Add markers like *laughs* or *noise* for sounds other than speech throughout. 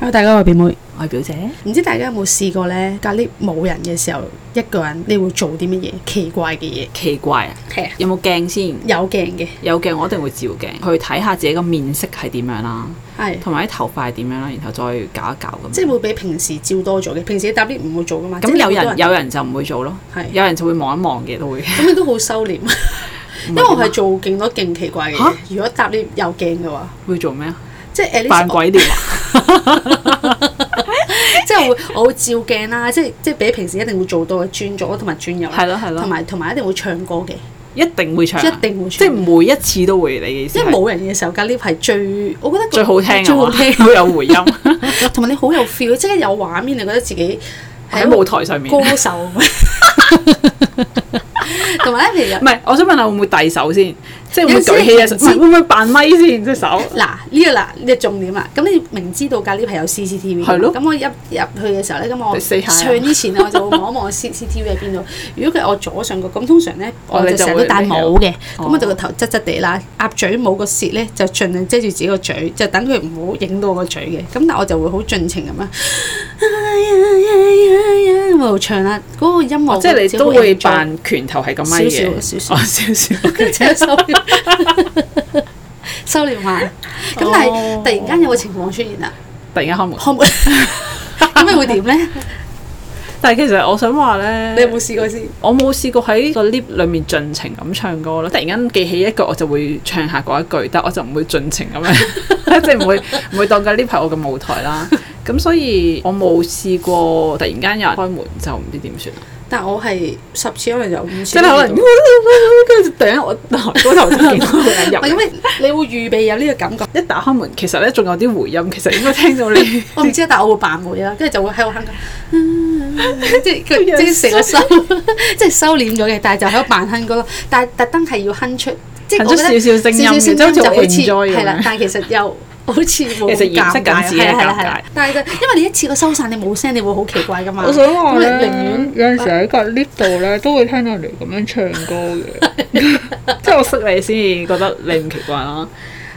啊，大家好，我係表妹。我係表姐，唔知大家有冇試過呢？隔離冇人嘅時候，一個人你會做啲乜嘢奇怪嘅嘢？奇怪啊！係啊，有冇鏡先？有鏡嘅，有鏡我一定會照鏡，去睇下自己個面色係點樣啦，係同埋啲頭髮係點樣啦，然後再搞一搞咁。即係會比平時照多咗嘅。平時你搭 lift 唔會做噶嘛。咁即係有好多人有人就唔會做咯，係有人就會望一望嘅 *laughs* 都會。咁，你都好收斂。因為我係做勁多勁奇怪嘅嘢啊嚇。如果搭 lift 有鏡嘅話，會做咩啊？即係 at least 扮我鬼臉啊！ *laughs* 即係會我會照鏡啦，即係即係比平時一定會做到嘅轉左同埋轉右啦，係咯係同咯，埋同埋一定會唱歌嘅，一定會唱啊，一定會即係唱。每一次都會。你嘅意思即係係冇人嘅時候，隔 lift 係最，我覺得最好聽啊！最好 *laughs* 聽，好有 *laughs* 回音同埋你好有 feel，即係有畫面，你覺得自己係一喺個舞台上面。歌手， *laughs* 同埋咧，其實唔係，我想問下會唔會遞手先？即係會有唔會陣時舉起隻你手？唔知唔係會唔會扮咪先隻手？嗱呢個嗱呢個重點啦。咁你明知道隔 lift 係有 CCTV，係咯咁我一入去嘅時候咧，咁我你四下啊唱之前呢我就會望一望 CCTV 喺邊度。如果佢係我左上角，咁通常咧哦我你就就成日會都戴帽嘅，哦咁我就個頭側側地啦，鴨嘴冇個舌咧就盡量遮住自己個嘴，就等佢唔好影到我個嘴嘅。咁但我就會好盡情咁啊樣，哦咁喺度唱啦。嗰個音樂即係你都會自己好 enjoy *laughs* 扮拳頭係咁咪嘅，少少少少哦少少。跟住就 *laughs* 收斂收斂埋。咁但哦係突然間有個情況出現啦，突然間開門， *laughs* 可唔可咁你會點咧？但係其實我想話咧，你有冇試過先？我冇試過喺個 lift 裡面盡情咁唱歌咯。突然間記起一句，我就會唱下嗰一句，但我就唔會盡情 *laughs* 咁樣，即係唔會唔會當個 lift 係我嘅舞台啦。咁所以我冇試過突然間有人開門就唔知點算啦。但我係十次可能有五次即係都可會能到。跟住突然間我高頭就見到有人 *laughs* 唔係因入嚟，為你會預備有呢個 *laughs* 感覺，一打開門其實咧仲有啲回音，其實應該聽到你。我唔知，但我會扮會啦，跟住就會喺度哼 *laughs* 歌，即係佢即係成個收， *laughs* 即係收斂咗嘅，但係就喺度扮哼歌咯。但係特登係要哼出， *laughs* 即係彈我出覺少得少聲音，少少聲然之就後好好似 enjoy 咁係啦，樣。但係其實又 *laughs* 好似冇其實掩飾緊自己嘅尷尬係啦尷尬係啦，但係就因為你一次過收散，你冇聲，你會好奇怪噶嘛。我想話咁咧，你寧有陣時喺個 lift 度咧，都會聽到人哋咁樣唱歌嘅。 *laughs* *laughs* 即係我識你先覺得你唔奇怪啦。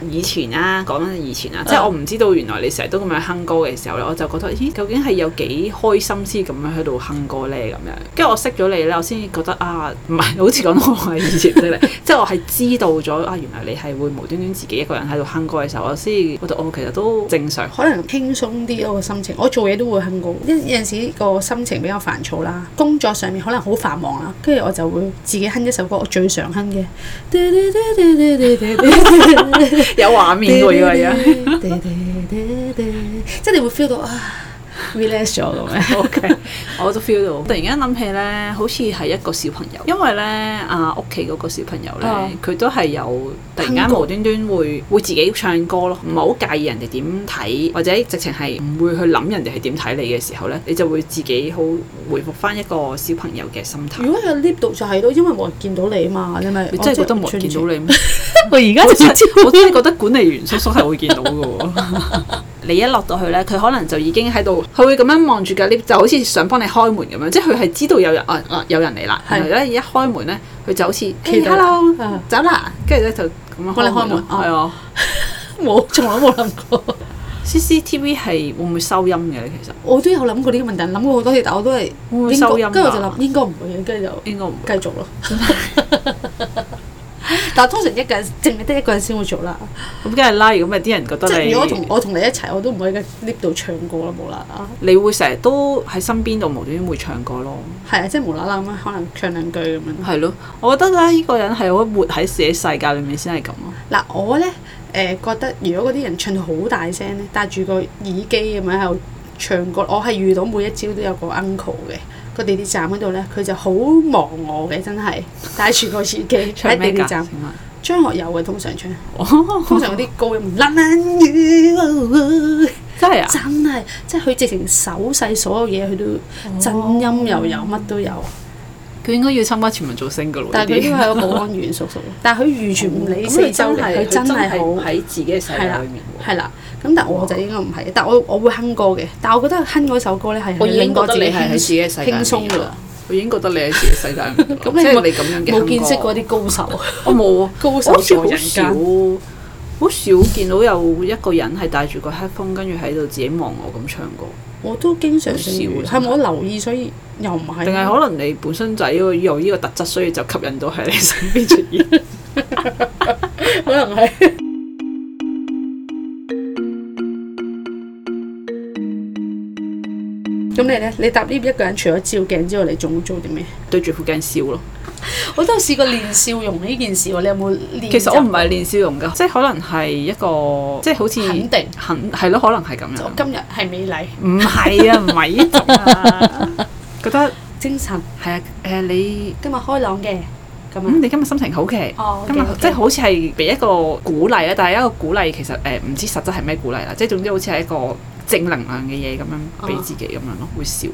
以前啊，講緊以前啊，即係我唔知道原來你成日都咁樣哼歌嘅時候咧，我就覺得咦，究竟係有幾開心先咁樣喺度哼歌咧咁樣。跟住我識咗你咧，我先覺得啊，唔係好似講到我係以前識 *laughs* 你，即係我係知道咗啊，原來你係會無端端自己一個人喺度哼歌嘅時候，我先覺得哦，其實都正常。可能輕鬆啲咯個心情，我做嘢都會哼歌，因有陣時個心情比較煩躁啦，工作上面可能好繁忙啦，跟住我就會自己哼一首歌，我最常哼嘅。有畫面喎，啊而家。 *laughs* 即係你會 feel 到啊 relax 咗咁 *laughs* 樣。 O K，我都 *laughs* feel 到。突然間諗起咧，好似係一個小朋友，因為咧啊屋企嗰個小朋友咧啊，佢、都係有突然哼間歌無端端會會自己唱歌咯，唔係好介意人哋點睇，或者直情係唔會去諗人哋係點睇你嘅時候咧，你就會自己好回復翻一個小朋友嘅心態。如果有 lift 度就係咯，因為冇人見到你嘛，你咪你真係覺得冇人見到 *laughs* 你。你咩？我而家我真係我真係覺得管理員叔叔係會見到嘅喎。你一落到去咧，佢可能就已經喺度，佢會咁樣望住架 lift，就好似想幫你開門咁樣，即係佢係知道有人啊啊有人嚟啦，係然後咧一開門咧，佢就好似期 h 待 e l l o 啊走啦，跟住咧就咁樣幫你開門開門咯，係啊。冇，從來冇諗過。 CCTV 係會唔會收音嘅咧？其實我都有諗過呢個問題，諗過好多次，但我都係會唔會應該收音啊㗎跟住我就諗應該唔會嘅，跟住就應該唔會。繼續咯。 *laughs* 但係通常一個人，淨係得一個人先會做啦。咁梗係啦，如果咪啲人覺即得係如果我同你，我同你一齊，我都唔會喺個 lift 度唱歌啦，無啦啦。你會成日都喺身邊度無端端會唱歌咯。係啊，即係無啦啦咁樣，可能唱兩句咁樣。係咯，我覺得咧，呢個人係好活喺自己世界裏面先係咁咯。嗱，我咧誒、覺得，如果嗰啲人唱到好大聲咧，戴住個耳機咁樣喺度唱歌，我係遇到每一朝都有個 uncle 嘅，個地鐵站嗰度咧，佢就好望我嘅，真係戴住個耳機喺唱咩地鐵㗎？站請。問張學友嘅通常唱， *laughs* 哦，通常嗰啲高音，冷冷雨，真係啊！真係，即係佢直情手勢所有嘢，佢都哦震音又有，乜都有。佢應該要參加全民造星噶咯，但係佢呢呢個係個保安員叔叔， *laughs* 但係佢完全哦唔理四周嚟，佢真係好喺自己嘅世界裏面。係啦。咁但我就應該唔係，但我我會哼歌嘅，但我覺得哼嗰首歌咧係我已經令覺我得自你己係喺自己嘅世界輕鬆㗎啦，我已經覺得你喺自己世界裏面㗎啦，咁你即係冇你咁樣嘅冇見識嗰過啲高手，我冇啊，高我好手似在好人少間。好少見到有一個人係戴住個 headphone 跟住喺度自己望我咁唱歌，我都經常性好遇，少係咪我留意所以又唔係？啊定係可能你本身就係呢個有呢個特質，所以就吸引到喺你身邊出現。可能係。咁你咧？你搭 lift 一個人，除咗照鏡之外，你仲做啲咩？對住副鏡笑 *laughs* 咯。我都有試過練笑容呢件事喎，你有冇練習？其實我唔係練笑容㗎，即係可能係一個即係好似肯定，肯係咯，可能係咁我樣。今日係美麗唔 *laughs* 係啊，唔係呢種啊，覺得精神，係啊，誒、你今日開朗嘅咁咁樣。你今日心情好嘅。哦，今日 OK，OK 即嗯係好似係俾一個鼓勵啦，但係一個鼓勵其實誒唔、知實質係咩鼓勵啦，即係總之好似係一個正能量嘅嘢咁樣俾自己咁樣咯，會笑。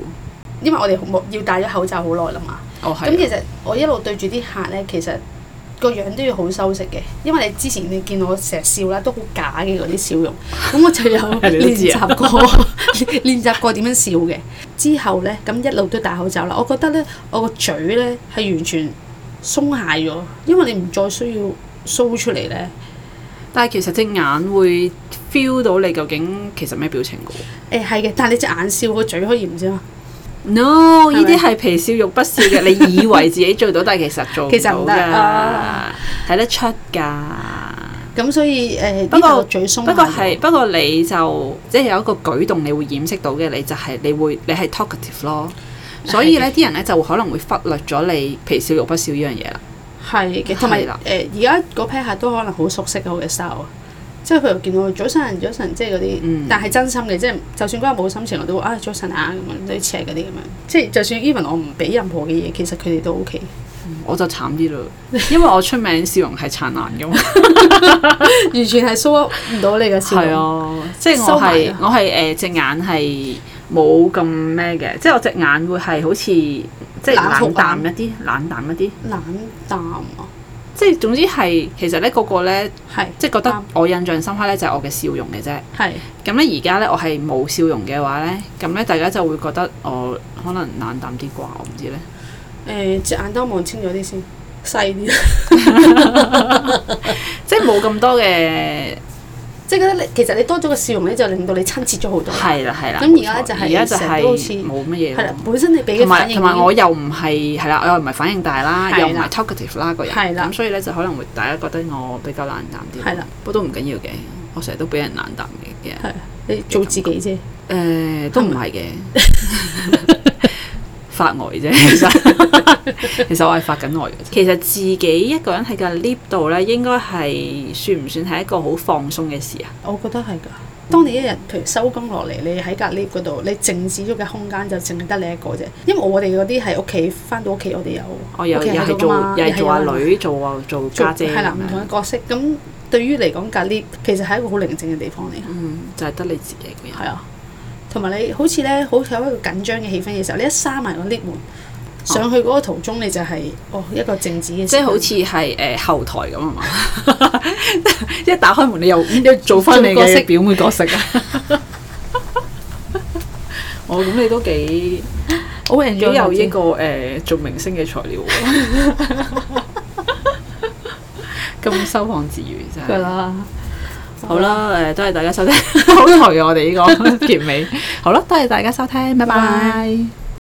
因為我哋冇要戴咗口罩好耐啦嘛。哦咁係其實我一路對住啲客咧，其實個樣都要好修飾嘅，因為你之前你見我成日笑啦，都好假嘅嗰啲笑 *laughs* 容，咁我就有你都知練啊習過， *laughs* 練習過點樣笑嘅。之後咧，咁一路都戴口罩啦。我覺得咧，我個嘴咧係完全鬆懈咗，因為你唔再需要 show 出嚟咧。但係其實隻眼會 feel 到你究竟其實咩表情㗎喎。誒係嘅，但係你隻眼笑，個嘴可以唔知啊嘛？係 No，呢咪啲係皮笑肉不笑嘅，你以 *laughs* 為自己做到，但係其實做其實唔唔到得㗎啊，睇得出㗎。咁所以誒，呢不過個嘴鬆懈不過咗係，不過你就即係有一個舉動，你會掩飾到嘅，你就係你會你係 talkative 咯。所以咧，啲人咧就可能會忽略咗你皮笑肉不笑呢樣嘢啦。係嘅，同埋係啦誒而家嗰批客都可能好熟悉我嘅 style 啊，即係佢又見到我早晨早晨，即係嗰啲，嗯但係真心嘅，即係就算嗰日冇心情，我都會啊早晨啊咁樣，類似係嗰啲咁樣，即係就算 even 我唔俾任何嘅嘢，其實佢哋都 OK，我就慘 *laughs* 啲咯，因為我出名笑容係燦爛嘅嘛。完全係 show 唔到你嘅笑係容。啊，即係我收埋係啊我係誒隻眼係冇咁咩嘅，即係我隻眼會係好似即係冷冷酷啊淡眼一啲，冷淡一啲。冷淡啊，即係總之係，其實咧個個咧，係即係覺得啱我印象深刻咧就係我嘅笑容嘅啫。係咁咧而家咧我係冇笑容嘅話咧，咁咧大家就會覺得我可能冷淡啲啩，我唔知咧。誒隻眼都望清咗啲先，細啲，即係冇咁多嘅， *laughs* 即係覺得你其實你多咗個笑容咧，就令到你親切咗好多。 *laughs* 係啦係啦。咁而家就係冇錯而家就成日都好似係冇乜嘢係啦咯。，本身你俾同嘅埋反應同已埋經我又唔係係啦，我又唔係反應大啦，係啦又唔係 talkative 啦個人，係啦咁所以咧就可能會大家覺得我比較冷淡啲。係啦，不過都唔緊要嘅，我成日都俾人冷淡嘅嘅人。係你做自己啫。誒、呃都唔 *laughs* 係嘅，發呆 *laughs* 啫。其實其實我係發緊呆嘅啫。其實自己一個人喺個 lift 度咧，應該係算唔算係一個好放鬆嘅事啊？我覺得係㗎。當你一日譬如收工落嚟，你喺隔 lift 嗰度，你靜止咗嘅空間就淨係得你一個啫。因為我哋嗰啲喺屋企翻到屋企，我哋有我又屋又企喺係度做㗎嘛又係做阿有人女，做啊做做家姐係咁啦，唔同樣。嘅角色。咁對於嚟講，隔 lift 其實係一個好寧靜嘅地方嚟嘅。嗯，就係、得你自己一個人。係啊，同埋你好似咧，好似有一個緊張嘅氣氛嘅時候，你一閂埋個 lift 門，上去嗰個途中你就係、哦一個靜止嘅時間，即係好似係誒後台咁啊嘛， *laughs* 一打開門你又又做翻你做角色嘅表妹角色啊！ *laughs* 哦，咁你都幾好 e 幾 n 有一個誒、呃做明星嘅材料喎，咁收放自如真㗎係。啦。好啦，誒、都係大家收聽，好頹啊！我哋呢個結尾。好啦，多謝大家收聽，拜拜拜拜